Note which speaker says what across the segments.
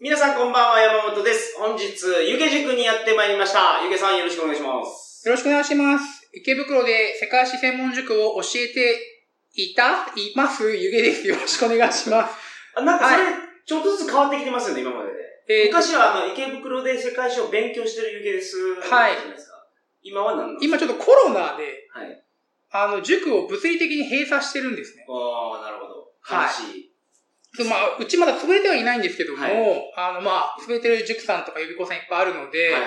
Speaker 1: 皆さんこんばんは、山本です。本日、湯気塾にやってまいりました。湯気さんよろしくお願いします。
Speaker 2: よろしくお願いします。池袋で世界史専門塾を教えていたいますゆげです。よろしくお願いします。
Speaker 1: あなんかそ
Speaker 2: はい
Speaker 1: れ、ちょっとずつ変わってきてますよね、今までで。
Speaker 2: えーと
Speaker 1: 昔はあの、池袋で世界史を勉強してる湯気です。
Speaker 2: はい
Speaker 1: じゃなですか。今は何なんです
Speaker 2: 今ちょっとコロナで、
Speaker 1: かはい。
Speaker 2: あの、塾を物理的に閉鎖してるんですね。
Speaker 1: ああ、なるほど。
Speaker 2: はい
Speaker 1: 悲しい。
Speaker 2: そうまあ、うちまだ潰れてはいないんですけども、
Speaker 1: はい
Speaker 2: あの、まあ、潰れてる塾さんとか予備校さんいっぱいあるので、
Speaker 1: はい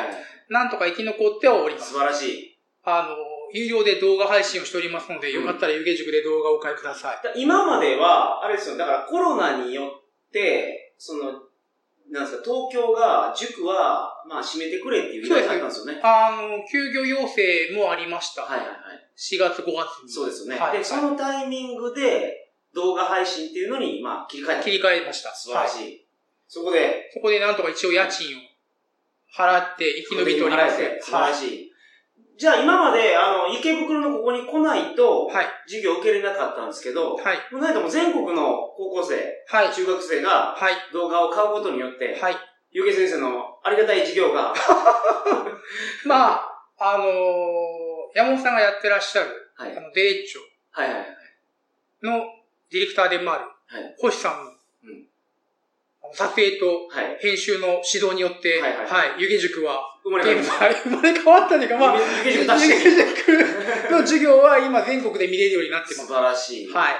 Speaker 2: なんとか生き残ってはおります。
Speaker 1: 素晴らしい。
Speaker 2: あの、有料で動画配信をしておりますので、よかったら湯気塾で動画をお買いください。
Speaker 1: だ今までは、あれですよ、だからコロナによって、その、なんですか、東京が、塾は、まあ、閉めてくれっていう依頼があったんですよね。
Speaker 2: あの、休業要請もありました。
Speaker 1: はいはいはい。
Speaker 2: 4月5月に。
Speaker 1: そうですよね。
Speaker 2: はいは
Speaker 1: で、
Speaker 2: い
Speaker 1: そのタイミングで、動画配信っていうのに、まあ、切り替えた。
Speaker 2: 切り替えました。
Speaker 1: 素晴らしい。そこで、
Speaker 2: そこでなんとか一応家賃を払って生き延びております。
Speaker 1: 素晴らしい。じゃあ、今まで、あの、池袋のここに来ないと、
Speaker 2: はい。
Speaker 1: 授業受けれなかったんですけど、
Speaker 2: はい。
Speaker 1: この間も全国の高校生、
Speaker 2: はい。
Speaker 1: 中学生が
Speaker 2: はい。
Speaker 1: 動画を買うことによって、
Speaker 2: はい。
Speaker 1: ゆうけ先生のありがたい授業が、
Speaker 2: まあ、あのー山本さんがやってらっしゃる、
Speaker 1: はい。
Speaker 2: あの、デレッチョ
Speaker 1: はいはいはい。
Speaker 2: のディレクターでもある、
Speaker 1: はい
Speaker 2: 星さんの、
Speaker 1: うん
Speaker 2: あの撮影と
Speaker 1: はい。
Speaker 2: 編集の指導によって、
Speaker 1: はいはい
Speaker 2: 湯気塾は、
Speaker 1: 生まれ変わり
Speaker 2: 現
Speaker 1: まし
Speaker 2: 在生まれ変わったというか、
Speaker 1: た。
Speaker 2: まあ、
Speaker 1: ゆけ塾出してき
Speaker 2: 湯気塾の授業は今全国で見れるようになって
Speaker 1: て。
Speaker 2: ま
Speaker 1: 素
Speaker 2: す。
Speaker 1: 晴らしい。
Speaker 2: はい。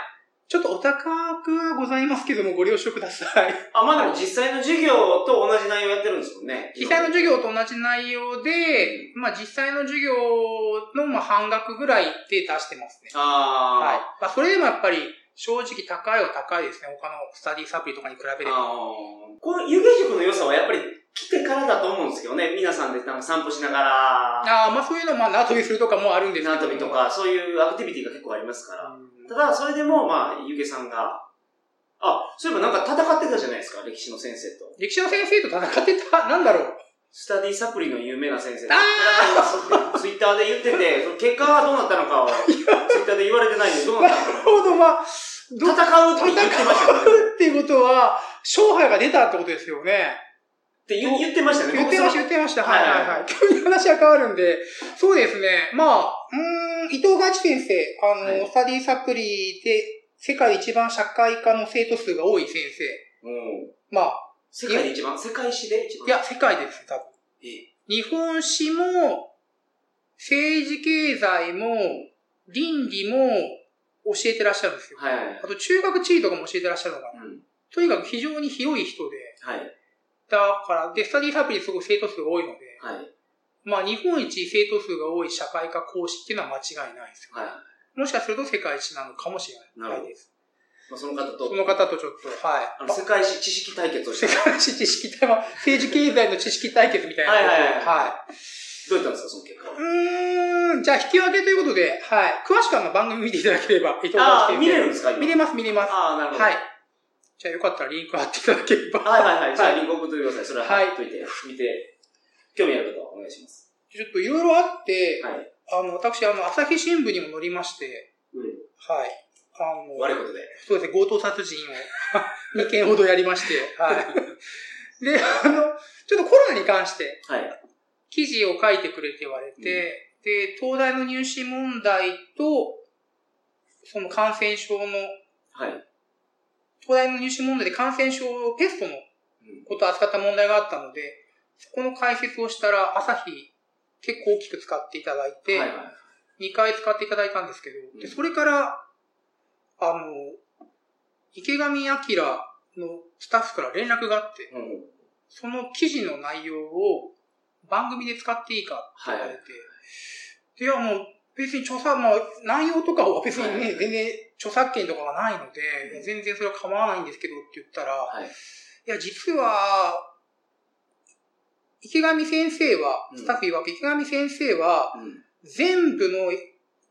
Speaker 2: ちょっとお高くはございますけども、ご了承ください。
Speaker 1: あ、まあでも実際の授業と同じ内容やってるんですもんね。
Speaker 2: 実際の授業と同じ内容で、まあ実際の授業のまあ半額ぐらいで出してますね。はい
Speaker 1: あ。
Speaker 2: まあそれでもやっぱり正直高いは高いですね。他のスタディサプリとかに比べ
Speaker 1: ー
Speaker 2: れ
Speaker 1: あ
Speaker 2: ば。
Speaker 1: のーこの湯気塾の良さはやっぱり来てからだと思うんですけどね。皆さんでなんか散歩しながら、
Speaker 2: ああ、まあそういうのはまあ縄跳びするとかもあるんですけど。
Speaker 1: 縄跳びと。か、そういうアクティビティが結構ありますから。
Speaker 2: うん
Speaker 1: ただ、それでも、まあ、ゆけさんが、あ、そういえばなんか戦ってたじゃないですか、歴史の先生と。
Speaker 2: 歴史の先生と戦ってた、なんだろう。
Speaker 1: スタディサプリの有名な先生と
Speaker 2: あ
Speaker 1: 戦いますってツイッターで言ってて、その結果はどうなったのか を、ツイッターで言われてないんで、どうなったの
Speaker 2: なるほど、まあ、どう
Speaker 1: か。戦うって言ってましたよね。
Speaker 2: っていうことは、勝敗が出たってことですよね。
Speaker 1: って言言ってましたよね。
Speaker 2: 言ってました、言
Speaker 1: 僕
Speaker 2: ってました。
Speaker 1: は
Speaker 2: はいい
Speaker 1: は
Speaker 2: はいいはい。急に話は変わるんで、そうですね。まあ、うーん、伊藤ガチ先生、あの、
Speaker 1: はい
Speaker 2: スタディサプリで、世界一番社会科の生徒数が多い先生。
Speaker 1: そのうん
Speaker 2: まあ、
Speaker 1: 世界で一番、世界史で一番。
Speaker 2: いや、世界です、多分。
Speaker 1: え、
Speaker 2: 日本史も、政治経済も、倫理も、教えてらっしゃるんですよ。
Speaker 1: はいはいはい。
Speaker 2: あと、中学地理とかも教えてらっしゃるのかな。
Speaker 1: うん。
Speaker 2: とにかく非常に広い人で、
Speaker 1: はい。
Speaker 2: だから、で、スタディサプリすごい生徒数が多いので、
Speaker 1: はい。
Speaker 2: まあ、日本一生徒数が多い社会科講師っていうのは間違いないですよ。
Speaker 1: はい。
Speaker 2: もしかすると世界一なのかもしれ
Speaker 1: なる
Speaker 2: ない
Speaker 1: ほど
Speaker 2: です。
Speaker 1: まあ、その方と
Speaker 2: そ、の方とちょっと、はい。
Speaker 1: あの、世界史知識対決をして
Speaker 2: 世、界史知識対、まあ政治経済の知識対決みたいな。
Speaker 1: はいはいはい
Speaker 2: は
Speaker 1: どうやったんですか、その結果は。
Speaker 2: い。うーん、じゃあ引き分けということで、はい。詳しくはあの番組見ていただければ、伊藤
Speaker 1: ああ、
Speaker 2: 先生
Speaker 1: 見れるんですか、今。
Speaker 2: 見れます、見れます。
Speaker 1: ああ、なるほど。
Speaker 2: はい。じゃあよかったらリンク貼っていただければ。
Speaker 1: はいはいはい。じゃあ、
Speaker 2: はい
Speaker 1: リンク送ってください。それは、
Speaker 2: はい
Speaker 1: 貼っといて、見て、興味ある方はお願いします。
Speaker 2: ちょっといろいろあって、
Speaker 1: はい。
Speaker 2: あの、私、あの、朝日新聞にも載りまして、
Speaker 1: うん。
Speaker 2: はい。あの、
Speaker 1: 悪いことで。
Speaker 2: そうですね、強盗 殺人を2件ほどやりまして、はい。 で、あの、ちょっとコロナに関して
Speaker 1: はい。
Speaker 2: 記事を書いてくれって言われて、で、東大の入試問題と、その感染症の、
Speaker 1: はい。
Speaker 2: 東大の入試問題で感染症ペストの
Speaker 1: うん。
Speaker 2: ことを扱った問題があったので、そこの解説をしたら朝日結構大きく使っていただいて、
Speaker 1: はいはい。
Speaker 2: 2回使っていただいたんですけど、でそれから、あの、池上彰のスタッフから連絡があって、
Speaker 1: うん。
Speaker 2: その記事の内容を番組で使っていいかって言われて、い、や、もう別に著作、まあ内容とかは別にね、
Speaker 1: はい
Speaker 2: 全然著作権とかがないので、
Speaker 1: うん
Speaker 2: 全然それは構わないんですけどって言ったら、
Speaker 1: はい。
Speaker 2: いや、実は、池上先生は、
Speaker 1: うん
Speaker 2: スタッフ曰く池上先生は、
Speaker 1: うん。
Speaker 2: 全部の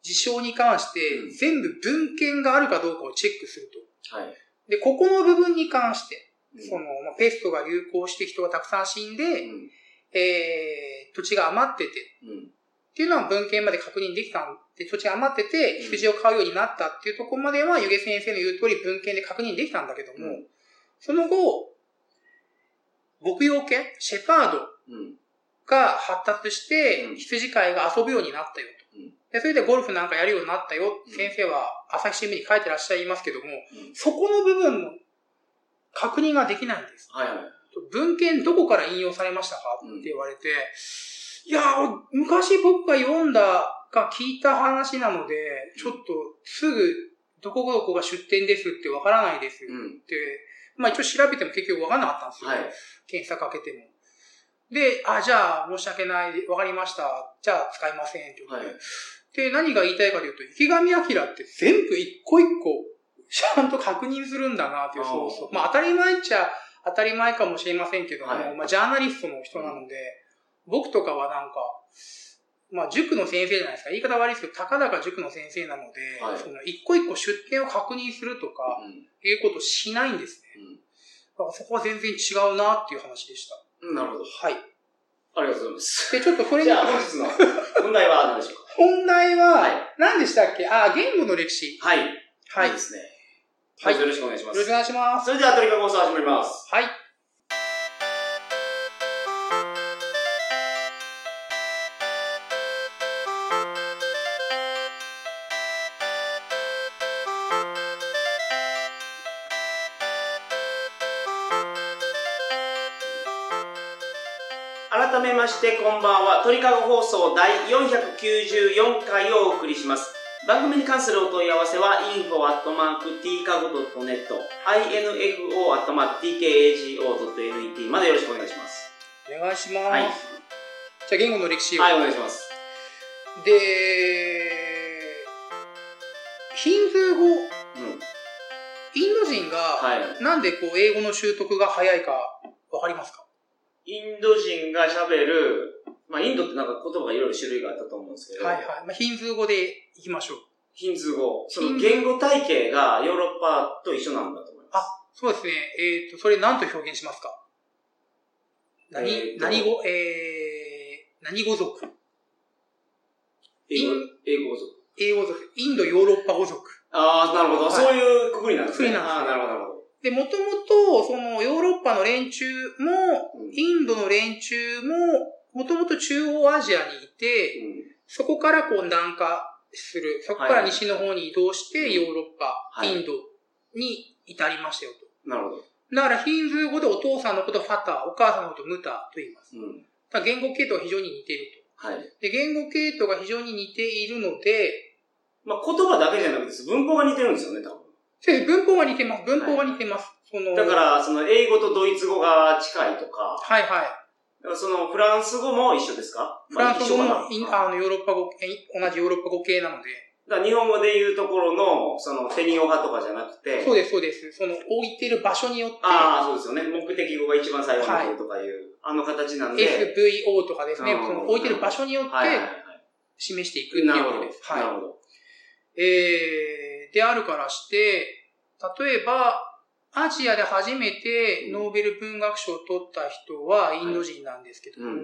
Speaker 2: 事象に関して
Speaker 1: うん、
Speaker 2: 全部文献があるかどうかをチェックすると。
Speaker 1: はい。
Speaker 2: で、ここの部分に関して、
Speaker 1: うん
Speaker 2: その、まあペストが流行して人がたくさん死ん
Speaker 1: う
Speaker 2: で、
Speaker 1: ん。
Speaker 2: えー、土地が余ってて、っ
Speaker 1: うん。
Speaker 2: ていうのは文献まで確認できたんで、土地が余ってて、
Speaker 1: うん
Speaker 2: 羊を飼うようになったっていうところまでは、湯気先生の言う通り文献で確認できたんだけども、
Speaker 1: うん
Speaker 2: その後、牧羊犬、シェパード
Speaker 1: うん。
Speaker 2: が発達して
Speaker 1: うん、
Speaker 2: 羊飼いが遊ぶようになったよと
Speaker 1: うん。
Speaker 2: で、それでゴルフなんかやるようになったよ
Speaker 1: う。ん
Speaker 2: 先生は朝日新聞に書いてらっしゃいますけども
Speaker 1: う、
Speaker 2: そこの部分の確認ができないんです。
Speaker 1: はいはい。
Speaker 2: 文献どこから引用されましたか
Speaker 1: うん
Speaker 2: って言われて、いやー、昔僕が読んだか聞いた話なので、ちょっとすぐどこどこが出典ですってわからないですっ
Speaker 1: うん。
Speaker 2: て、まあ一応調べても結局わからなかったんですよ。
Speaker 1: はい。
Speaker 2: 検査かけても。で、あ、じゃあ、申し訳ない、わかりました。じゃあ、使いません。ってこと
Speaker 1: はい
Speaker 2: で、。で、何が言いたいかというと、池上彰って全部一個一個、ちゃんと確認するんだな、っていう、
Speaker 1: あー
Speaker 2: そうそう。まあ、当たり前っちゃ当たり前かもしれませんけども、
Speaker 1: はい
Speaker 2: まあ、ジャーナリストの人なので、僕とかはなんか、まあ、塾の先生じゃないですか。言い方悪いですけど、たかだか塾の先生なので、
Speaker 1: はい
Speaker 2: その一個一個出典を確認するとか、いうことをしないんですね。だからそこは全然違うな、っていう話でした。
Speaker 1: うん。うん。なるほど。
Speaker 2: はい。
Speaker 1: ありがとうございます。
Speaker 2: で、ちょっとこれ
Speaker 1: じ
Speaker 2: に、
Speaker 1: ゃあ、本日の問題は何でしょう
Speaker 2: 本題
Speaker 1: か
Speaker 2: は、
Speaker 1: い。
Speaker 2: 何でしたっけあ、言語の歴史。
Speaker 1: はい。
Speaker 2: は
Speaker 1: いい
Speaker 2: い。よ
Speaker 1: ですね。
Speaker 2: は
Speaker 1: はいい。よろしくお願いしま
Speaker 2: ろしくお
Speaker 1: す。
Speaker 2: 願いします。
Speaker 1: それでは、トリカゴ放送始まります。
Speaker 2: はい。
Speaker 1: 改めまして、こんばんは。トリカゴ放送第494回をお送りします。番組に関するお問い合わせは info.tkago.net info.tkago.net までよろしくお願いします。
Speaker 2: お願いします。
Speaker 1: はい。
Speaker 2: じゃあ、言語の歴史を。
Speaker 1: はい、お願いします。
Speaker 2: で、ヒンズー語、
Speaker 1: うん。
Speaker 2: インド人が、
Speaker 1: はい。
Speaker 2: なんでこう、英語の習得が早いか、わかりますか
Speaker 1: インド人が喋る、まあ、インドってなんか言葉がいろいろ種類があったと思うんですけど、
Speaker 2: はいはい。まあ、ヒンズー語でいきましょう。
Speaker 1: ヒンズー語、そ
Speaker 2: ヒン
Speaker 1: の
Speaker 2: ズー
Speaker 1: 言語体系がヨーロッパと一緒なんだと思います。
Speaker 2: そうですね。えっ、と、それ何と表現しますか何、
Speaker 1: えーと
Speaker 2: 何語、えー、何語族
Speaker 1: 英語
Speaker 2: イン、
Speaker 1: 英語族。
Speaker 2: 英語族。インド、ヨーロッパ語族。
Speaker 1: ああ、なるほど、
Speaker 2: はい
Speaker 1: そういうくくりなんですね。
Speaker 2: くくりなんで
Speaker 1: ああ
Speaker 2: すね
Speaker 1: ー、なるほど、なるほ
Speaker 2: で、もともと、その、ヨーロッパの連中も、
Speaker 1: ど。うん
Speaker 2: インドの連中も、もともと中央アジアにいて、そこからこう南下する。そこから西の方に移動し
Speaker 1: は
Speaker 2: て、
Speaker 1: い
Speaker 2: ヨーロッパ、
Speaker 1: はい
Speaker 2: インドに至りましたよと。
Speaker 1: うん。なるほど。
Speaker 2: だから、ヒンズー語でお父さんのことファタ、お母さんのことムタと言います。
Speaker 1: うん。
Speaker 2: だから言語系統は非常に似ている
Speaker 1: はい。
Speaker 2: と。で、言語系統が非常に似ているので、
Speaker 1: まあ、言葉だけじゃなくて、文法が似てるんですよね、多
Speaker 2: 先生文法が似てます。文法が似てます。その、
Speaker 1: 分。だか、ら、その、英語とドイツ語が近いとか、
Speaker 2: はいは
Speaker 1: だ
Speaker 2: い。
Speaker 1: からその、フランス語も一緒ですか
Speaker 2: フランス語
Speaker 1: まあ
Speaker 2: も
Speaker 1: 一
Speaker 2: イ
Speaker 1: 緒
Speaker 2: ン
Speaker 1: かな
Speaker 2: あのヨーロッパ語、え同じヨーロッパ語系なので、
Speaker 1: だから日本語で言うところの、その、テニオ派とかじゃなくて、
Speaker 2: そうです、そうです。その置いてる場所によって、
Speaker 1: ああ、そうですよね。目的語が一番最後のとかいう、あの形なんで。
Speaker 2: SVO とかですね、
Speaker 1: うん
Speaker 2: その置いてる場所によって
Speaker 1: はいはいはい。
Speaker 2: 示していくって
Speaker 1: ないる
Speaker 2: う
Speaker 1: ほ
Speaker 2: こ
Speaker 1: ど。
Speaker 2: とです。はい
Speaker 1: なるほど。。
Speaker 2: えー、であるからして、例えば、アジアで初めてノーベル文学賞を取った人はインド人なんですけども、
Speaker 1: うん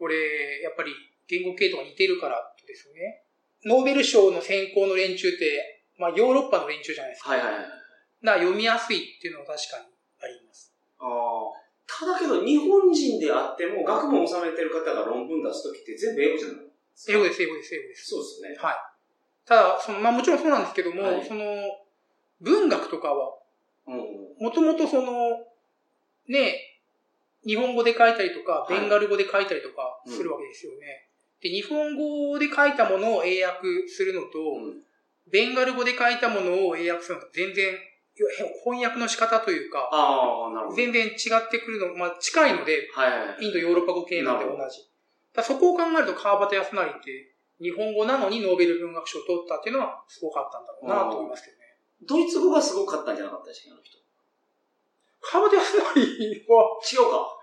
Speaker 2: これ、やっぱり言語系統が似てるからですよね。ノーベル賞の選考の連中って、まあヨーロッパの連中じゃないですか。
Speaker 1: はいはいはい。
Speaker 2: だから読みやすいっていうのは確かにあります。
Speaker 1: ああ。ただけど、日本人であっても、学問を収めてる方が論文出すときって全部英語じゃないですか
Speaker 2: 英語です、英語です、英語です。
Speaker 1: そうですよね。
Speaker 2: はい。ただ、その、まあもちろんそうなんですけども、
Speaker 1: はい
Speaker 2: その、文学とかは、
Speaker 1: うんうん。
Speaker 2: もともとその、ね、日本語で書いたりとか、
Speaker 1: はい
Speaker 2: ベンガル語で書いたりとか
Speaker 1: うん
Speaker 2: するわけですよね。で、日本語で書いたものを英訳するのと、
Speaker 1: うん
Speaker 2: ベンガル語で書いたものを英訳するのと全然、翻訳の仕方というか、
Speaker 1: ああ、なるほど。
Speaker 2: 全然違ってくるの、まあ近いので、
Speaker 1: はいはいはい。
Speaker 2: インド、ヨーロッパ語系なんで
Speaker 1: なる
Speaker 2: 同
Speaker 1: ほ
Speaker 2: じ。
Speaker 1: ど
Speaker 2: だからそこを考えると川端康成って、日本語なのにノーベル文学賞を取ったっていうのはすごかったんだろうなと思いますけどね。
Speaker 1: ドイツ語がすごかったんじゃなかったでしたっけ、あの人。
Speaker 2: 川端康成は、
Speaker 1: 違うか。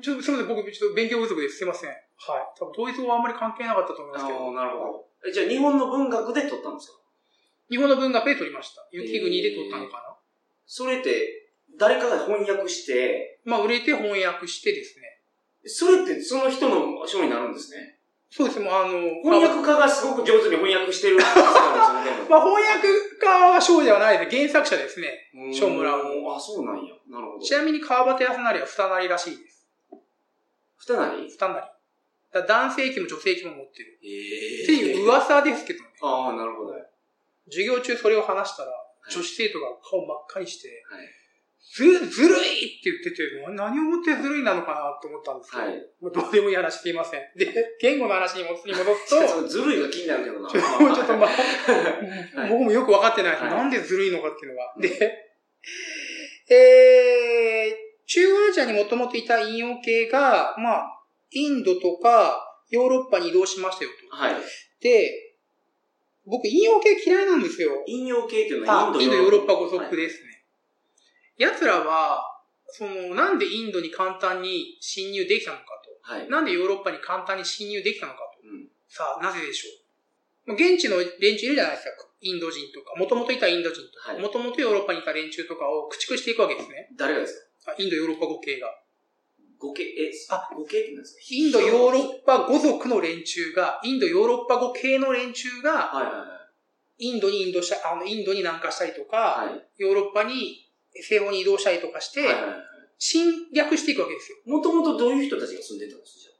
Speaker 2: ちょっとすみません、僕ちょっと勉強不足です。すいません。はい。多分ドイツ語はあんまり関係なかったと思いますけど。
Speaker 1: なるほど。えじゃあ、日本の文学で取ったんですか
Speaker 2: 日本の文学で取りました。雪国で取ったのかな。
Speaker 1: それって、誰かが翻訳して、
Speaker 2: まあ、売れて翻訳してですね。
Speaker 1: それってその人の書になるんですね。
Speaker 2: そうです、もうあの、
Speaker 1: 翻訳家がすごく上手に翻訳してるんですよね、でも
Speaker 2: まあ、翻訳家は賞ではないで、原作者ですね。
Speaker 1: うん
Speaker 2: 賞もらう
Speaker 1: あ、そうなんや。なるほど。
Speaker 2: ちなみに川端康成は二なりらしいです。
Speaker 1: 二なり
Speaker 2: 二なり。だから男性器も女性器も持ってる。
Speaker 1: え
Speaker 2: っていう
Speaker 1: わ。
Speaker 2: 噂ですけどね。
Speaker 1: ああ、なるほど。
Speaker 2: 授業中それを話したら、女子生徒が顔真っ赤にして、
Speaker 1: はい
Speaker 2: ず、ずるいって言ってて、な何をもってずるいなのかなと思ったんですけど、
Speaker 1: はい。
Speaker 2: もうどうでもいい話していません。で、言語の話に戻すに戻 す
Speaker 1: ちょっと
Speaker 2: と、
Speaker 1: そのずるいが気になるけどな。
Speaker 2: ちょっとちょっとまあ、
Speaker 1: はい
Speaker 2: 僕もよく分かってないです、
Speaker 1: はい
Speaker 2: なんでずるいのかっていうのが。で、えー、中央アジアにもともといた陰陽系が、まあ、インドとかヨーロッパに移動しましたよと。
Speaker 1: はい。
Speaker 2: で、僕陰陽系嫌いなんですよ。
Speaker 1: 陰陽系っていうのはイ
Speaker 2: あ
Speaker 1: ンド
Speaker 2: インドヨーロッパ語
Speaker 1: は
Speaker 2: 族
Speaker 1: い
Speaker 2: ですね。奴らは、その、なんでインドに簡単に侵入できたのか
Speaker 1: はい
Speaker 2: と。。なんでヨーロッパに簡単に侵入できたのかと。
Speaker 1: うん
Speaker 2: さあ、なぜでしょうまあ現地の連中いるじゃないですか。インド人とか、もともといたインド人と
Speaker 1: は
Speaker 2: か、
Speaker 1: い
Speaker 2: もともとヨーロッパにいた連中とかを駆逐していくわけですね。
Speaker 1: 誰がですか
Speaker 2: あインドヨーロッパ語系が。
Speaker 1: 語系、え、
Speaker 2: あ
Speaker 1: 語系って何ですか
Speaker 2: インドヨーロッパ語族の連中が、インドヨーロッパ語系の連中が、
Speaker 1: はいはいは
Speaker 2: インドにインドした、あの、インドに南下したりと
Speaker 1: い。
Speaker 2: か、
Speaker 1: はい。
Speaker 2: ヨーロッパに西方に移動したりとかして、
Speaker 1: はいはいはい
Speaker 2: 侵略していくわけですよ。
Speaker 1: もともとどういう人たちが住んでたんです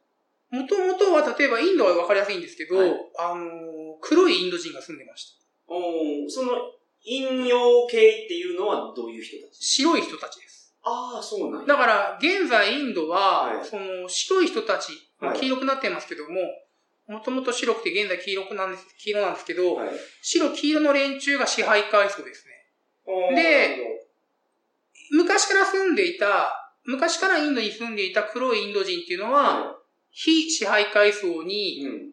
Speaker 1: か
Speaker 2: もともとは、例えばインドはわかりやすいんですけど、
Speaker 1: はい
Speaker 2: あのー黒いインド人が住んでまし
Speaker 1: お
Speaker 2: た。
Speaker 1: ーその、陰陽系っていうのはどういう人たち
Speaker 2: 白い人たちです。
Speaker 1: ああ、そうなんや。
Speaker 2: だから、現在インドは、
Speaker 1: はい
Speaker 2: その白い人たち、まあ
Speaker 1: はい
Speaker 2: 黄色くなってますけども、もともと白くて現在黄色くなんです、黄色なんですけど、
Speaker 1: はい
Speaker 2: 白黄色の連中が支配階層ですね。
Speaker 1: おー
Speaker 2: で、昔から住んでいた、昔からインドに住んでいた黒いインド人っていう
Speaker 1: な
Speaker 2: の
Speaker 1: るほ
Speaker 2: は、
Speaker 1: どは
Speaker 2: 非支配階層に
Speaker 1: い。、うん。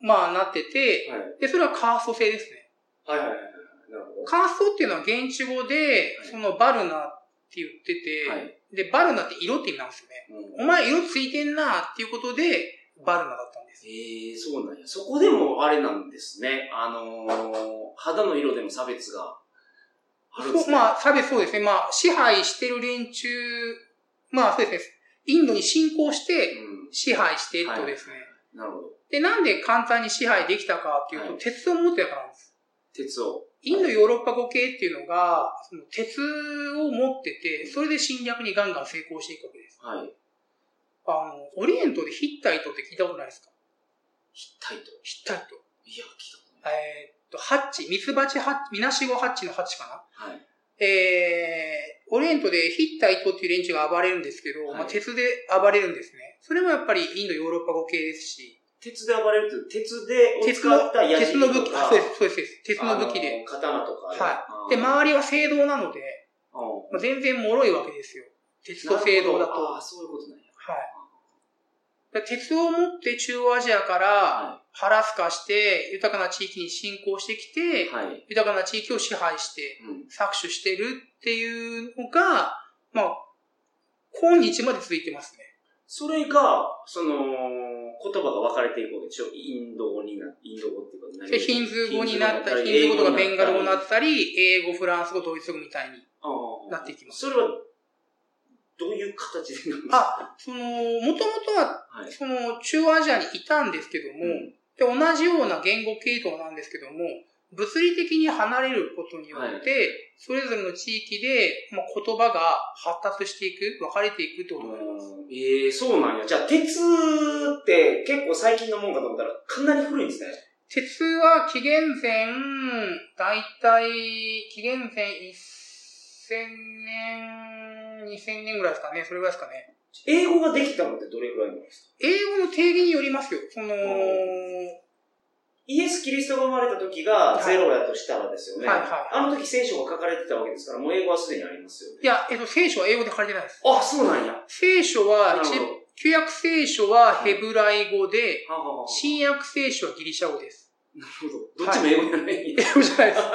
Speaker 2: まあなってて、
Speaker 1: はい。
Speaker 2: で、それはカースト制ですね。
Speaker 1: はいはいはいはい。なるほ
Speaker 2: カーストっていうのは現地語で
Speaker 1: は、い
Speaker 2: そのバルナって言ってて、
Speaker 1: ど。はい。
Speaker 2: で、バルナって色って意味なんですよね。
Speaker 1: うん
Speaker 2: お前色ついてんなっていうことで、バルナだったんです。
Speaker 1: ええそうなんや。そこでもあれなんですね。あのー、肌の色でも差別があるんです
Speaker 2: そう
Speaker 1: ね。あ、
Speaker 2: まあ、差別そうですね。まあ、支配してる連中、まあそうですね。インドに侵攻して
Speaker 1: う
Speaker 2: 支配してってことですね。
Speaker 1: ん。なるほど。
Speaker 2: で、なんで簡単に支配できたかっていうと、
Speaker 1: はい
Speaker 2: 鉄を持ってたからなんです。
Speaker 1: 鉄を。
Speaker 2: インドヨーロッパ語系っていうのが、その鉄を持ってて、それで侵略にガンガン成功していくわけです。
Speaker 1: はい。
Speaker 2: あの、オリエントでヒッタイトって聞いたことないですか
Speaker 1: ヒッタイト。
Speaker 2: ヒッタイト。
Speaker 1: いや、聞いたことない。
Speaker 2: えーっと、ハッチ、ミツバチハッチ、ミナシゴハッチのハッチか
Speaker 1: はい。
Speaker 2: なえー、オリエントでヒッタイトっていう連中が暴れるんですけど、
Speaker 1: はい
Speaker 2: まあ、鉄で暴れるんですね。それもやっぱりインドヨーロッパ語系ですし、
Speaker 1: 鉄で暴れると、鉄でを
Speaker 2: 鉄
Speaker 1: 使
Speaker 2: の
Speaker 1: った矢
Speaker 2: 鉄の
Speaker 1: 印
Speaker 2: 武
Speaker 1: と
Speaker 2: 器、あ
Speaker 1: か、
Speaker 2: そうです、そうですです、鉄の武器
Speaker 1: あ
Speaker 2: で。
Speaker 1: のー。刀とか。
Speaker 2: はい。で、
Speaker 1: あ
Speaker 2: 周りは青銅なので、
Speaker 1: ー、うん
Speaker 2: まあ、全然脆いわけですよ。鉄と青銅だと。
Speaker 1: なるほど
Speaker 2: は
Speaker 1: ああ、そういうことなんや。
Speaker 2: い。だから鉄を持って中央アジアから
Speaker 1: は
Speaker 2: ハラス化して、豊かな地域に侵攻してきて、
Speaker 1: はい。
Speaker 2: 豊かな地域を支配して、
Speaker 1: うん。
Speaker 2: 搾取してるっていうのが、まあ、今日まで続いてますね。
Speaker 1: それが、その、言葉が分かれていくわけでしょインド語にな、インド語っていうか、
Speaker 2: で、ヒンズー語になったり、ヒンズー語とかベンガル語になったり、英語、フランス語、ドイツ語みたいに。なっていきます
Speaker 1: それは、どういう形でなんですか
Speaker 2: あ、その、もともとは、
Speaker 1: はい。
Speaker 2: その、中央アジアにいたんですけども、
Speaker 1: うん
Speaker 2: で、同じような言語系統なんですけども、物理的に離れることによって、
Speaker 1: はい
Speaker 2: それぞれの地域で、まあ、言葉が発達していく、分かれていくってことになります。
Speaker 1: ええそうなんや。じゃあ、鉄って結構最近のもんかと思ったら、かなり古いんですね。
Speaker 2: 鉄は紀元前、だいたい、紀元前1000年、2000年ぐらいですかね、それぐらいですかね。
Speaker 1: 英語ができたのってどれぐらいなんですか
Speaker 2: 英語の定義によりますよ。その、
Speaker 1: イエス・キリストが生まれた時が
Speaker 2: はい
Speaker 1: ゼロやとしたらですよね。
Speaker 2: はいはい
Speaker 1: あの時聖書が書かれてたわけですから、もう英語はすでにありますよね。
Speaker 2: いや、えっと、聖書は英語で書いてないです。
Speaker 1: あ、そうなんや。
Speaker 2: 聖書は、一
Speaker 1: なるほ
Speaker 2: 旧約聖書はヘブライ語で、
Speaker 1: ど。はははは
Speaker 2: 新約聖書はギリシャ語 です。
Speaker 1: なるほど。どっちも英語じゃない。
Speaker 2: 英語じゃないです。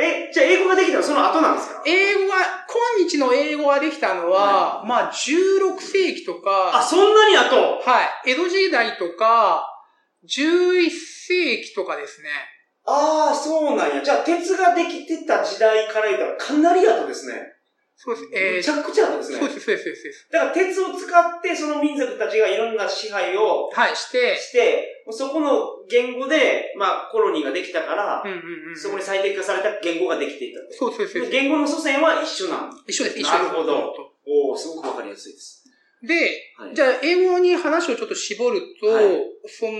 Speaker 1: え、じゃあ英語ができたのその後なんですか
Speaker 2: 英語は、今日の英語ができたのは、まあ、16世紀とか、
Speaker 1: あ、そんなに後
Speaker 2: はい。江戸時代とか、11世紀とかですね。
Speaker 1: ああ、そうなんや。じゃあ鉄ができてた時代から言ったらかなり後ですね。
Speaker 2: そうです。え
Speaker 1: め
Speaker 2: ー、
Speaker 1: ち
Speaker 2: そ
Speaker 1: ゃくちゃあるんですね。
Speaker 2: うです、そうです、そうですそうです。
Speaker 1: だから鉄を使って、その民族たちがいろんな支配を
Speaker 2: はい、して、
Speaker 1: して、そこの言語で、まあ、コロニーができたから、
Speaker 2: うんうんうん。
Speaker 1: そこに
Speaker 2: す。
Speaker 1: 最適化された言語ができていったと。
Speaker 2: そうです、そうです。
Speaker 1: 言語の祖先は一緒なん
Speaker 2: 一緒です、一緒です。
Speaker 1: なるほど。おおすごくわかりやすいです。
Speaker 2: で、
Speaker 1: はい。
Speaker 2: じゃあ、英語に話をちょっと絞ると、
Speaker 1: はい
Speaker 2: その、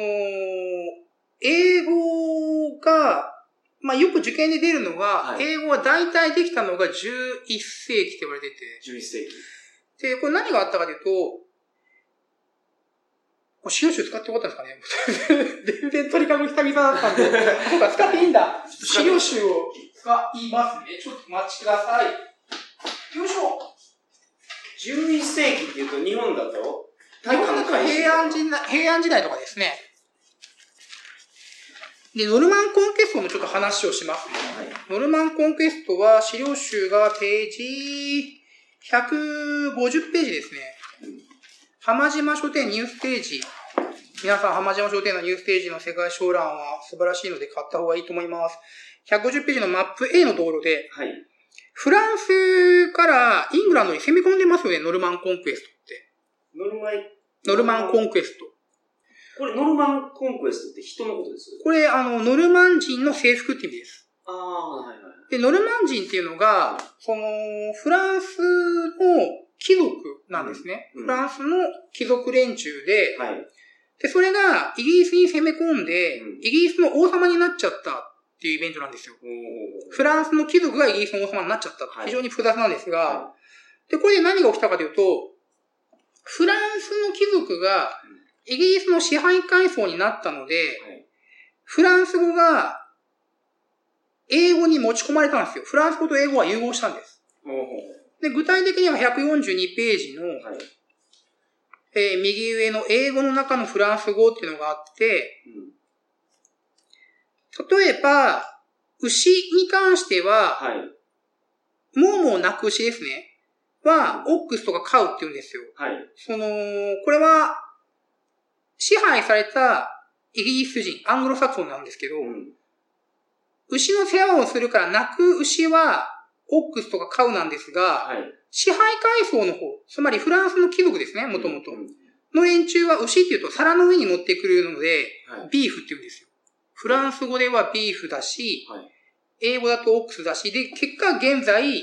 Speaker 2: 英語が、まあ、よく受験で出るのは、
Speaker 1: はい
Speaker 2: 英語は大体できたのが11世紀って言われてて、
Speaker 1: 11世紀。
Speaker 2: で、これ何があったかというと、もう資料集使ってよかったんですかね 全然取り紙久々だったん で。そうか、使っていいんだ。資料集を使いますね。ちょっとお待ちください。よいしょ。
Speaker 1: 11世紀っていうと、日本だと、
Speaker 2: 日本だと平安時代、平安時代とかですね。で、ノルマンコンクエストのちょっと話をします。
Speaker 1: はい。
Speaker 2: ノルマンコンクエストは資料集がページ150ページですね。浜島書店ニュースページ。皆さん浜島書店のニュースページの世界小覧は素晴らしいので買った方がいいと思います。150ページのマップ A のところで、
Speaker 1: はい。
Speaker 2: フランスからイングランドに攻め込んでますよね、ノルマンコンクエストって。
Speaker 1: ノルマン、
Speaker 2: ノルマンコンクエスト。
Speaker 1: これ、ノルマンコンクエストって人のことです
Speaker 2: これ、あの、ノルマン人の征服って意味です。
Speaker 1: ああ、はいはい。
Speaker 2: で、ノルマン人っていうのが、その、フランスの貴族なんですね。
Speaker 1: うんうん
Speaker 2: フランスの貴族連中で、
Speaker 1: はい。
Speaker 2: で、それがイギリスに攻め込んで
Speaker 1: うん、
Speaker 2: イギリスの王様になっちゃったっていうイベントなんですよ。
Speaker 1: おー
Speaker 2: フランスの貴族がイギリスの王様になっちゃった。
Speaker 1: はい
Speaker 2: 非常に複雑なんですが、
Speaker 1: は
Speaker 2: で、これで何が起きたかというと、フランスの貴族がイギリスの支配階層になったので、
Speaker 1: はい
Speaker 2: フランス語が英語に持ち込まれたんですよ。フランス語と英語は融合したんです。
Speaker 1: おー
Speaker 2: で、具体的には142ページの、
Speaker 1: はい。
Speaker 2: えー右上の英語の中のフランス語っていうのがあって、
Speaker 1: うん
Speaker 2: 例えば、牛に関しては、
Speaker 1: はい。
Speaker 2: もうもうなく牛ですね。は、オックスとかカウって言うんですよ。
Speaker 1: はい。
Speaker 2: その、これは、支配されたイギリス人、アングロサクソンなんですけど、
Speaker 1: うん。
Speaker 2: 牛の世話をするから泣く牛は、オックスとかカウなんですが、
Speaker 1: はい。
Speaker 2: 支配階層の方、つまりフランスの貴族ですね、もともと
Speaker 1: う。ん
Speaker 2: の連中は牛っていうと皿の上に乗ってくるので、
Speaker 1: はい。
Speaker 2: ビーフって言うんですよ。フランス語ではビーフだし、
Speaker 1: はい
Speaker 2: 英語だとオックスだし、で、結果現在、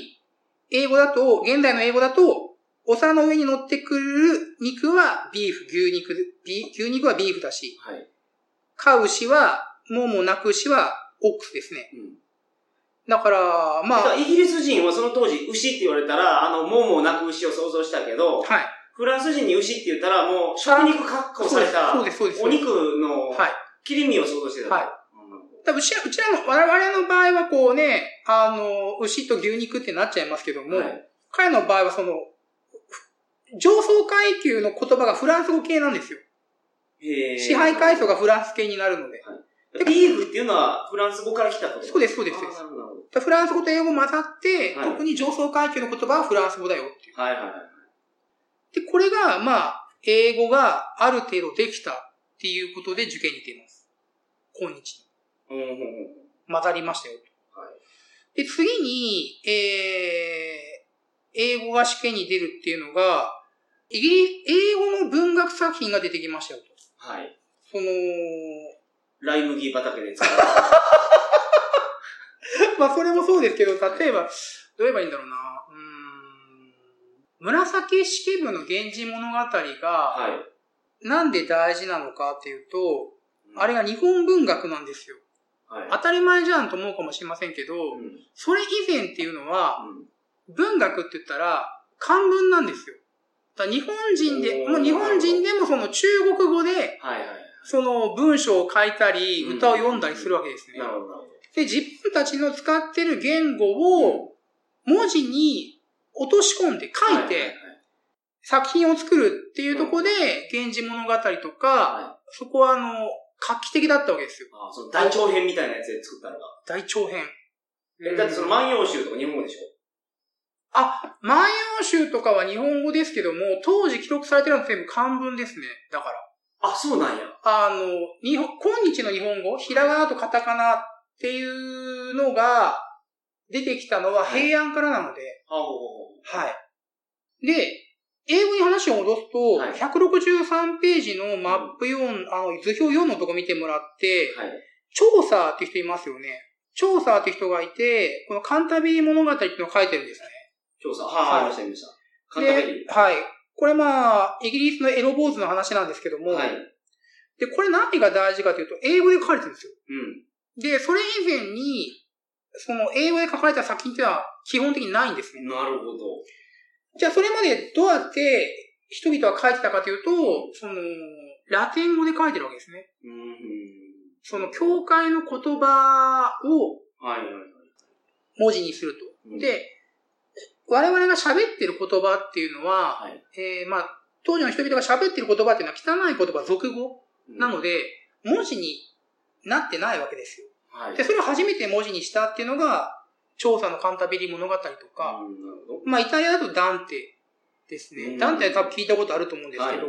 Speaker 2: 英語だと、現在の英語だと、お皿の上に乗ってくる肉はビーフ、牛肉、ビ牛肉はビーフだし、
Speaker 1: はい。
Speaker 2: 飼う牛は、もうもうなく牛はオックスですね。
Speaker 1: うん。
Speaker 2: だから、まあ、
Speaker 1: だか
Speaker 2: は
Speaker 1: ら
Speaker 2: い。
Speaker 1: イギリス人はその当時、牛って言われたら、あの、もうもうなく牛を想像したけど、フランス人に牛って言ったら、もう、食肉確保
Speaker 2: そう
Speaker 1: さ
Speaker 2: で
Speaker 1: れ
Speaker 2: す、
Speaker 1: た
Speaker 2: そう、です、そうです。
Speaker 1: お肉の
Speaker 2: はい。
Speaker 1: 切り身を想像してた。
Speaker 2: はい
Speaker 1: い。
Speaker 2: 多分うちら、うちらの、我々の場合はこうね、あの、牛と牛肉ってなっちゃいますけども、
Speaker 1: はい。
Speaker 2: 彼の場合はその、ふ上層階級の言葉がフランス語系なんですよ。
Speaker 1: へー
Speaker 2: 支配階層がフランス系になるので。
Speaker 1: ビーフっていうのは、フランス語から来たこと
Speaker 2: そうですそうです
Speaker 1: あーなるほどなるほ
Speaker 2: フランス語と英語混ざって、
Speaker 1: はい
Speaker 2: 特に上層階級の言葉はフランス語だよってい
Speaker 1: ど。はいはいは
Speaker 2: う。で、これが、まあ、英語がある程度できたっていうことで受験に出ます。今日に
Speaker 1: い。うんうん
Speaker 2: 混ざりましたよ。
Speaker 1: はい
Speaker 2: で、次に、えー、英語が試験に出るっていうのが、イギリ英語の文学作品が出てきましたよと。
Speaker 1: うん。はい。
Speaker 2: その、
Speaker 1: ライ麦畑で使う。
Speaker 2: まあ、それもそうですけど、例えば、どう言えばいいんだろうな。うーん。紫式部の源氏物語が、
Speaker 1: はい。
Speaker 2: なんで大事なのかっていうと、あれ
Speaker 1: が、
Speaker 2: が日本文学なんですよ。
Speaker 1: はい。
Speaker 2: 当たり前じゃんと思うかもしれませんけど、
Speaker 1: うんうん
Speaker 2: それ以前っていうのは、文学って言ったら、漢文なんですよ。だから日本人で、
Speaker 1: おー
Speaker 2: もう日本人でもその中国語で、
Speaker 1: はいはい。
Speaker 2: その文章を書いたり、
Speaker 1: うん
Speaker 2: 歌を読んだりするわけですね。
Speaker 1: なるほどなるほ
Speaker 2: で、自分たちの使ってる言語を文字に落とし込んで
Speaker 1: ど。
Speaker 2: 書い
Speaker 1: はは
Speaker 2: て作品を作るっていうところで、源氏物語とか、
Speaker 1: はい。はい
Speaker 2: そこはあの、画期的だったわけですよ。
Speaker 1: あーその大長編みたいなやつで作ったのが。
Speaker 2: 大長編。
Speaker 1: え、だってその万葉集とか日本語でしょ
Speaker 2: あ、万葉集とかは日本語ですけども、当時記録されてるのは全部漢文ですね。だから。
Speaker 1: あ、そうなんや。
Speaker 2: あの、日本、今日の日本語、ひらがなとカタカナっていうのが出てきたのは平安からなので、
Speaker 1: あほうほうほう。
Speaker 2: はい。で、英語に話を戻すと、
Speaker 1: はい
Speaker 2: 163ページのマップ4、あの、図表4のとこ見てもらって、
Speaker 1: はい。
Speaker 2: 調査って人いますよね。調査って人がいて、このカンタビリ物語っていうのを書いてるんですね。
Speaker 1: 調査。はい、
Speaker 2: はい
Speaker 1: はい、見ました。カンタベリ
Speaker 2: ではい。これまあ、イギリスのエロ坊主の話なんですけど
Speaker 1: ー。
Speaker 2: も、
Speaker 1: はい。う
Speaker 2: で、これ何が大事かというと、英語で書かれてるんですよ。
Speaker 1: ん。
Speaker 2: で、それ以前に、その英語で書かれた作品っていうのは基本的にないんですね。
Speaker 1: なるほど。
Speaker 2: じゃあそれまでどうやって人々は書いてたかというと、その、ラテン語で書いてるわけですね。
Speaker 1: うん。
Speaker 2: その、教会の言葉を
Speaker 1: はい、はい、は
Speaker 2: 文字にすると。
Speaker 1: い。うん、
Speaker 2: で、我々が喋ってる言葉っていうのは、
Speaker 1: はい。
Speaker 2: えーまあ、当時の人々が喋ってる言葉っていうのは汚い言葉、俗語
Speaker 1: うん
Speaker 2: なので、文字になってないわけですよ。
Speaker 1: はい。
Speaker 2: で、それを初めて文字にしたっていうのが、調査のカンタビリ物語とか、
Speaker 1: うんなるほど。
Speaker 2: まあ、イタリアだとダンテですね。
Speaker 1: うん
Speaker 2: ダンテは多分聞いたことあると思うんですけど、
Speaker 1: は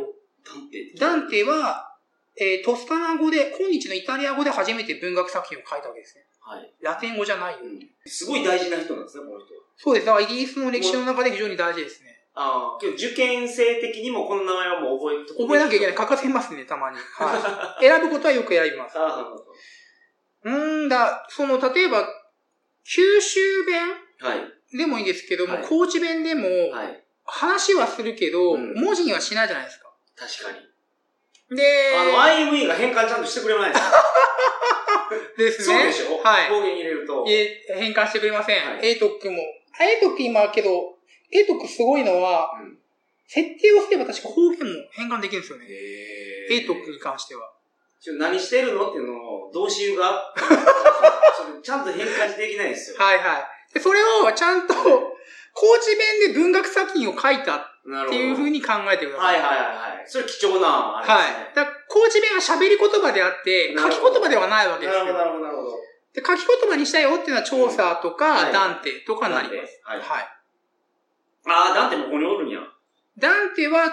Speaker 1: ダンテ。
Speaker 2: ダンテは、えートスカナ語で、今日のイタリア語で初めて文学作品を書いたわけですね。
Speaker 1: はい。
Speaker 2: ラテン語じゃないよ。
Speaker 1: うんすごい大事な人なんですね、この人は。
Speaker 2: そうです。だからイギリスの歴史の中で非常に大事ですね。
Speaker 1: ああ、けど受験生的にもこの名前はもう覚えとく
Speaker 2: 覚えなきゃいけない。欠かせますね、たま に。はい。選ぶことはよく選びます。
Speaker 1: ああ、なるほど。
Speaker 2: うーんだ、その、例えば、九州弁
Speaker 1: はい。
Speaker 2: でもいいですけども、
Speaker 1: はい
Speaker 2: 高知弁でも、
Speaker 1: はい。
Speaker 2: 話はするけど、
Speaker 1: うん
Speaker 2: 文字にはしないじゃないですか。
Speaker 1: 確かに。
Speaker 2: で、
Speaker 1: あの、IME が変換ちゃんとしてくれないですか
Speaker 2: です
Speaker 1: そうで
Speaker 2: ね。
Speaker 1: しょ
Speaker 2: はい
Speaker 1: 方言入れると。
Speaker 2: え変換してくれません。
Speaker 1: はい
Speaker 2: A トックも。A トック今けど、A トックすごいのは、
Speaker 1: うん
Speaker 2: 設定をすれば確か方言も変換できるんですよね。
Speaker 1: え
Speaker 2: A トックに関しては。
Speaker 1: ちょ何してるのっていうのを、どうしようが。 それちゃんと変換できないですよ。
Speaker 2: はいはい。で、それをちゃんと、 高知弁で文学作品を書いたっ
Speaker 1: なるほ
Speaker 2: て
Speaker 1: ど。
Speaker 2: いう風に考えてくださ。
Speaker 1: はいいはいはいはい。それ貴重な、あ
Speaker 2: はい。
Speaker 1: れ
Speaker 2: だから高知弁は喋り言葉であって、
Speaker 1: な
Speaker 2: 書
Speaker 1: る
Speaker 2: き
Speaker 1: ほど
Speaker 2: 言葉ではないわ
Speaker 1: で
Speaker 2: け
Speaker 1: すね。
Speaker 2: で
Speaker 1: な
Speaker 2: す
Speaker 1: るほ
Speaker 2: よ
Speaker 1: ど、なるほど、なるほど。
Speaker 2: で、書き言葉にしたよっていうのは調査とか、
Speaker 1: はい
Speaker 2: ダンテとかになりま
Speaker 1: です。はい
Speaker 2: す。。はい。
Speaker 1: ああ、ダンテもここにおるんや。
Speaker 2: ダンテは、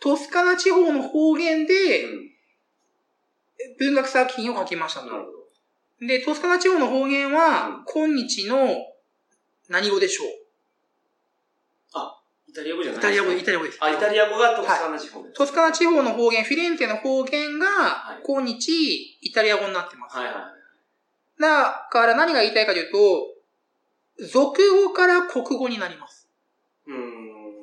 Speaker 2: トスカナ地方の方言
Speaker 1: う
Speaker 2: で
Speaker 1: ん。
Speaker 2: 文学作品を書きましたと
Speaker 1: なるほど。
Speaker 2: で、トスカナ地方の方言は、今日の何語でしょう
Speaker 1: イタリア語じゃな
Speaker 2: イ
Speaker 1: い
Speaker 2: タリア語、イタリア語です。
Speaker 1: あ、イタリア語が特殊な地方で。
Speaker 2: トスカナ地方の方言、フィレンツェの方言が
Speaker 1: い、
Speaker 2: 今日、イタリア語になってます。
Speaker 1: はいはい。
Speaker 2: だから何が言いたいかというと、俗語から国語になります。
Speaker 1: うーん。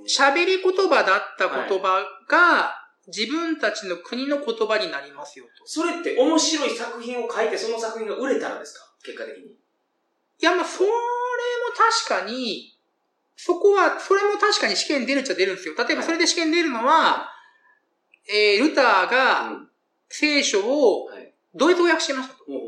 Speaker 2: 喋り言葉だった言葉が、自分たちの国の言葉になりますよと。
Speaker 1: それって面白い作品を書いて、その作品が売れたらですか結果的に。
Speaker 2: いや、まあ、それも確かに、そこは、それも確かに試験出るっちゃ出るんですよ。例えば
Speaker 1: はい
Speaker 2: それで試験出るのは、えー、ルター
Speaker 1: う
Speaker 2: が
Speaker 1: ん
Speaker 2: 聖書を
Speaker 1: はい
Speaker 2: ドイツ語訳してましたと。
Speaker 1: ほうほ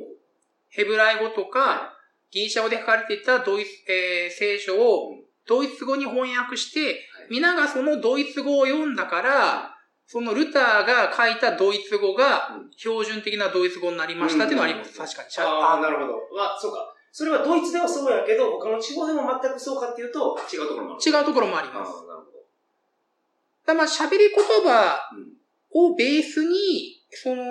Speaker 2: ヘブライ語とか、ギリシャ語で書かれていたドイツ、えー聖書を
Speaker 1: うん
Speaker 2: ドイツ語に翻訳して
Speaker 1: はい、
Speaker 2: 皆がそのドイツ語を読んだから、そのルターが書いたドイツ語が
Speaker 1: うん
Speaker 2: 標準的なドイツ語になりましたっていうのはあります。
Speaker 1: うん
Speaker 2: 確かに。
Speaker 1: うああ、なるほど。まあ、そうか。それはドイツではそうやけど、他の地方でも全くそうかっていうと、違うところもある。
Speaker 2: 違うところもあり
Speaker 1: ああ、な
Speaker 2: ま
Speaker 1: る
Speaker 2: す。
Speaker 1: ほど。
Speaker 2: だからまあ喋り言葉
Speaker 1: うん
Speaker 2: をベースに、その、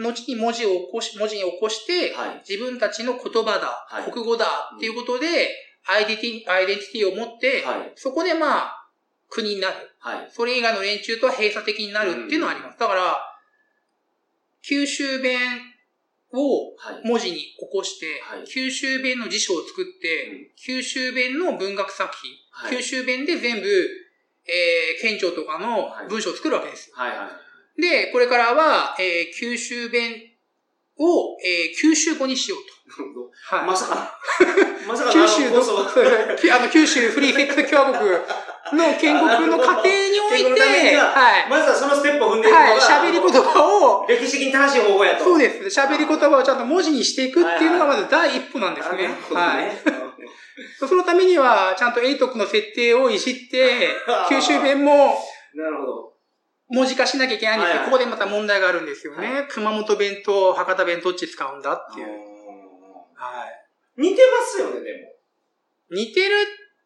Speaker 2: 後に文字を起こし、文字に起こして、
Speaker 1: はい。
Speaker 2: 自分たちの言葉だ、
Speaker 1: はい
Speaker 2: 国語だっていうことで、アイデンティアイデンティティを持って、
Speaker 1: はい。
Speaker 2: そこでまあ、国になる。
Speaker 1: はい。
Speaker 2: それ以外の連中とは閉鎖的になるっていうのはあります。だから、九州弁を
Speaker 1: はい。
Speaker 2: 文字に起こして、
Speaker 1: はい
Speaker 2: 九州弁の辞書を作って、
Speaker 1: うん
Speaker 2: 九州弁の文学作品、
Speaker 1: はい。
Speaker 2: 九州弁で全部、えー、県庁とかの文章を作るわけですよ。
Speaker 1: はい。はい。
Speaker 2: で、これからは、えー、九州弁を、えー、九州語にしようと。はい。
Speaker 1: まさ か。まさか
Speaker 2: 九州
Speaker 1: の
Speaker 2: の、
Speaker 1: 放送が。
Speaker 2: あの、九州フリーセックス共和国の建国の過程におい
Speaker 1: 建国のため
Speaker 2: て、
Speaker 1: には
Speaker 2: はい。
Speaker 1: まずはそのステップを踏んでいくの
Speaker 2: はい。
Speaker 1: が、
Speaker 2: 喋り言葉を、
Speaker 1: 歴史的に正しい方法やと。
Speaker 2: そうです。喋り言葉をちゃんと文字にしていくっていうのがまず第一歩なんですね
Speaker 1: なる。ほどね
Speaker 2: はい。そのためには、ちゃんとエイトクの設定をいじって、九州弁も
Speaker 1: なるほど。
Speaker 2: 文字化しなきゃいけないんですけど、
Speaker 1: はい
Speaker 2: ここでまた問題があるんですよね。熊本弁と博多弁どっち使うんだっていう。は
Speaker 1: 似てますよね、でも。
Speaker 2: い。似てる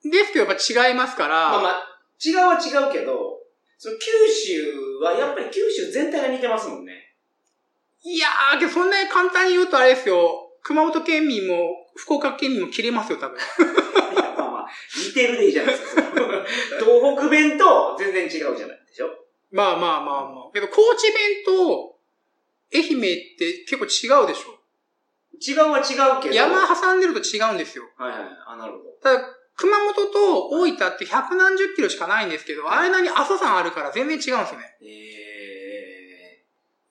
Speaker 2: んですけど、やっぱ違いますから、
Speaker 1: まあまあ、違うは違うけど、その九州はやっぱり九州全体が似てますもんね。
Speaker 2: いやー、けどそんなに簡単に言うとあれですよ。熊本県民も福岡県民も切れますよ、多 分。
Speaker 1: いやまあまあ、似てるでいいじゃないですか。その東北弁と全然違うじゃないでしょ。
Speaker 2: まあまあまあまあ。けど、高知弁と愛媛って結構違うでしょ。
Speaker 1: 違うは違うけど。
Speaker 2: 山
Speaker 1: はい
Speaker 2: 挟んでると違うんですよ。
Speaker 1: はい。あ、なるほど。
Speaker 2: ただ、熊本と大分って百何十キロしかないんですけど、間に阿蘇山あるから全然違うんですよね。
Speaker 1: え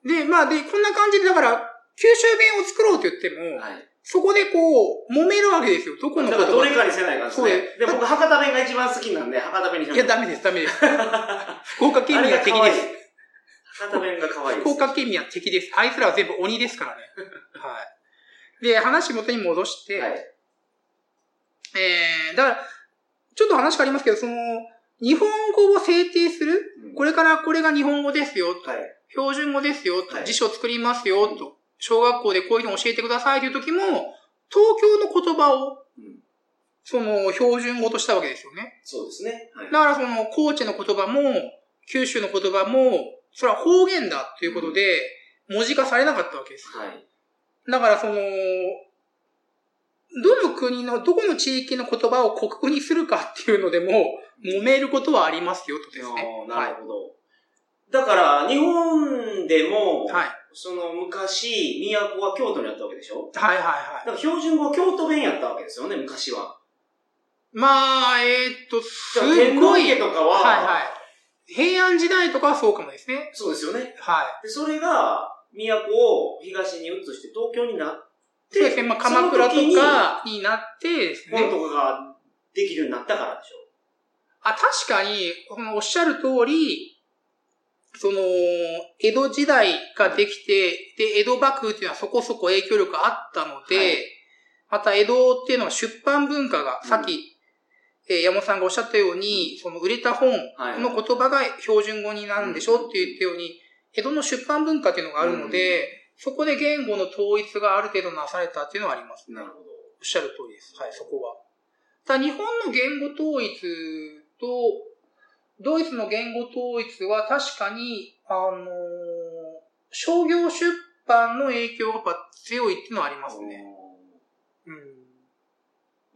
Speaker 2: で、まあで、こんな感じで、だから、九州弁を作ろうと言って
Speaker 1: ー。
Speaker 2: も、
Speaker 1: はい。
Speaker 2: そこでこう、揉めるわけですよ。どこの
Speaker 1: だ
Speaker 2: 言
Speaker 1: からど
Speaker 2: 葉
Speaker 1: れかにせない感じです
Speaker 2: そう
Speaker 1: ね
Speaker 2: で。
Speaker 1: で、僕、博多弁が一番好きなんで、博多弁にしま
Speaker 2: い
Speaker 1: し
Speaker 2: や、
Speaker 1: た
Speaker 2: ダメです、ダ メです。福岡県民は敵
Speaker 1: あれが可
Speaker 2: で
Speaker 1: 愛い
Speaker 2: す。
Speaker 1: 博多弁が可愛いで
Speaker 2: 福
Speaker 1: す。
Speaker 2: 岡県民は敵です。あいつらは全部鬼ですからね。はい。で、話元に戻して、
Speaker 1: はい。
Speaker 2: えー、だから、ちょっと話変わりますけど、その、日本語を制定するこ
Speaker 1: れ、
Speaker 2: れからこれが日本語ですよ、
Speaker 1: はい。
Speaker 2: 標準語ですよ、と
Speaker 1: はい
Speaker 2: 辞書作りますよ、と、小学校でこういうの教えてくださいという時も、東京の言葉を、
Speaker 1: うん
Speaker 2: その、標準語としたわけですよね。
Speaker 1: そうですね。はい。
Speaker 2: だからその、高知の言葉も、九州の言葉も、それは方言だということで、文字化されなかったわけです。
Speaker 1: はい。
Speaker 2: だからその、どの国の、どこの地域の言葉を国語にするかっていうのでも、揉めることはありますよ、とですね。
Speaker 1: あーなるほど。だから、日本でも、
Speaker 2: はい。
Speaker 1: その昔、都は京都にあったわけでしょ
Speaker 2: はいはいは
Speaker 1: だ。
Speaker 2: い
Speaker 1: から標準語は京都弁やったわけですよね、昔は。
Speaker 2: まあ、えーっと、す
Speaker 1: だから天皇
Speaker 2: ごい。
Speaker 1: 家
Speaker 2: はい
Speaker 1: とかは、
Speaker 2: はい。平安時代とかはそうかもですね。
Speaker 1: そうですよね。
Speaker 2: はい。
Speaker 1: で、それが、都を東に移して東京になっ
Speaker 2: そうですね。
Speaker 1: て、
Speaker 2: まあ、鎌倉と
Speaker 1: その時に
Speaker 2: かになってです
Speaker 1: 本
Speaker 2: ね。
Speaker 1: とかができるようになったからでしょ
Speaker 2: あ、確かに、このおっしゃる通り、その、江戸時代ができて、で、江戸幕府っていうのはそこそこ影響力あったので、
Speaker 1: はい
Speaker 2: また江戸っていうのは出版文化が、
Speaker 1: うん
Speaker 2: さっき、えー山本さんがおっしゃったように、その売れた本
Speaker 1: はい。
Speaker 2: の言葉が標準語になるんでしょって言ったように、江戸の出版文化っていうのがあるので、そこで言語の統一がある程度なされたっていうのはあります。
Speaker 1: なるほど。
Speaker 2: おっしゃる通りです。はい、そこは。ただ日本の言語統一と、ドイツの言語統一は確かに、あのー商業出版の影響がやっぱ強いっていうのはありますね。
Speaker 1: うん
Speaker 2: うん。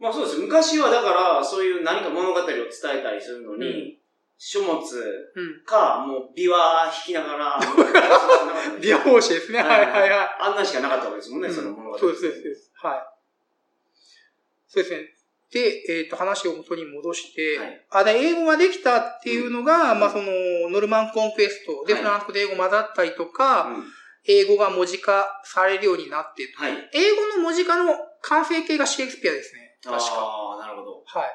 Speaker 1: まあそうです。昔はだから、そういう何か物語を伝えたりするのに、
Speaker 2: うん
Speaker 1: 書物
Speaker 2: う
Speaker 1: か、もう琵琶弾きながら、
Speaker 2: ん。ビア方式ですね。はいはいはい。
Speaker 1: あんなんしかなかったわけですもんね、
Speaker 2: うん
Speaker 1: その物語。
Speaker 2: そうです、そうですそうです。はい。そうですね。で、えっ、と、話を元に戻して、
Speaker 1: はい
Speaker 2: あ、で、英語ができたっていうのが、
Speaker 1: うん
Speaker 2: まあ、その、ノルマンコンクエストで、
Speaker 1: はい
Speaker 2: フランス語で英語混ざったりとか、
Speaker 1: うん
Speaker 2: 英語が文字化されるようになって、
Speaker 1: はい。
Speaker 2: 英語の文字化の完成形がシェイクスピアですね。確か。
Speaker 1: ああ、なるほど。
Speaker 2: はい。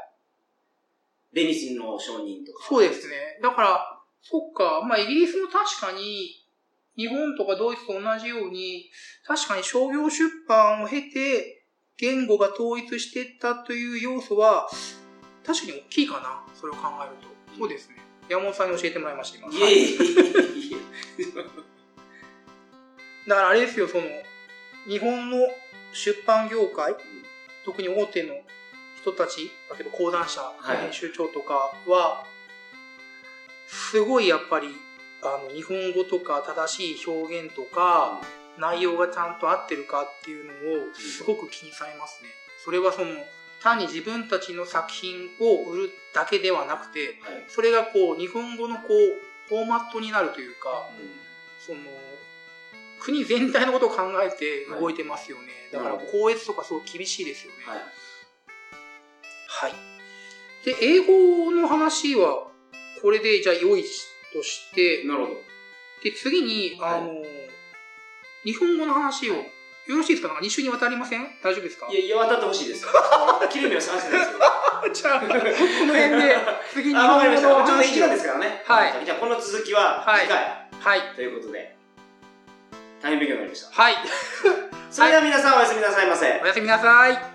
Speaker 1: ベニスの商人とか。
Speaker 2: そうですね。だから、そっか、まあ、イギリスも確かに、日本とかドイツと同じように、確かに商業出版を経て、言語が統一していったという要素は、確かに大きいかな。それを考えると。そうですね。山本さんに教えてもらいました、今。
Speaker 1: いえいえいえいえ。
Speaker 2: だからあれですよ、その、日本の出版業界、特に大手の人たち、例えば講談社、
Speaker 1: はい
Speaker 2: 編集長とかは、すごいやっぱり、あの、日本語とか正しい表現とか、内容がちゃんと合ってるかっていうのを、すごく気にされますね。それはその、単に自分たちの作品を売るだけではなくて、
Speaker 1: はい。
Speaker 2: それがこう、日本語のこう、フォーマットになるというか、その、国全体のことを考えて動いてますよね。だから、公越とかすごい厳しいですよね。
Speaker 1: はい。
Speaker 2: はい。で、英語の話は、これで、じゃあ、良いとして、
Speaker 1: なるほど。
Speaker 2: で、次に、
Speaker 1: はい
Speaker 2: あの、日本語の話を、
Speaker 1: はい
Speaker 2: よろしいですかなんか2週にわたりません大丈夫ですか
Speaker 1: いや、いや、渡ってほしいですよ。 その切れ目を探してないです よ。
Speaker 2: じゃあ、この辺で、次に日
Speaker 1: あ、わかりま
Speaker 2: 本
Speaker 1: し
Speaker 2: 語
Speaker 1: た。
Speaker 2: の
Speaker 1: ちょっと時
Speaker 2: 話を
Speaker 1: 間ですからね。
Speaker 2: はい
Speaker 1: じゃあ、この続きは、次回、
Speaker 2: はい。
Speaker 1: ということで、大変勉強になりました。
Speaker 2: はい。
Speaker 1: それでは皆さんおやすみなさいませ。
Speaker 2: おやすみなさい。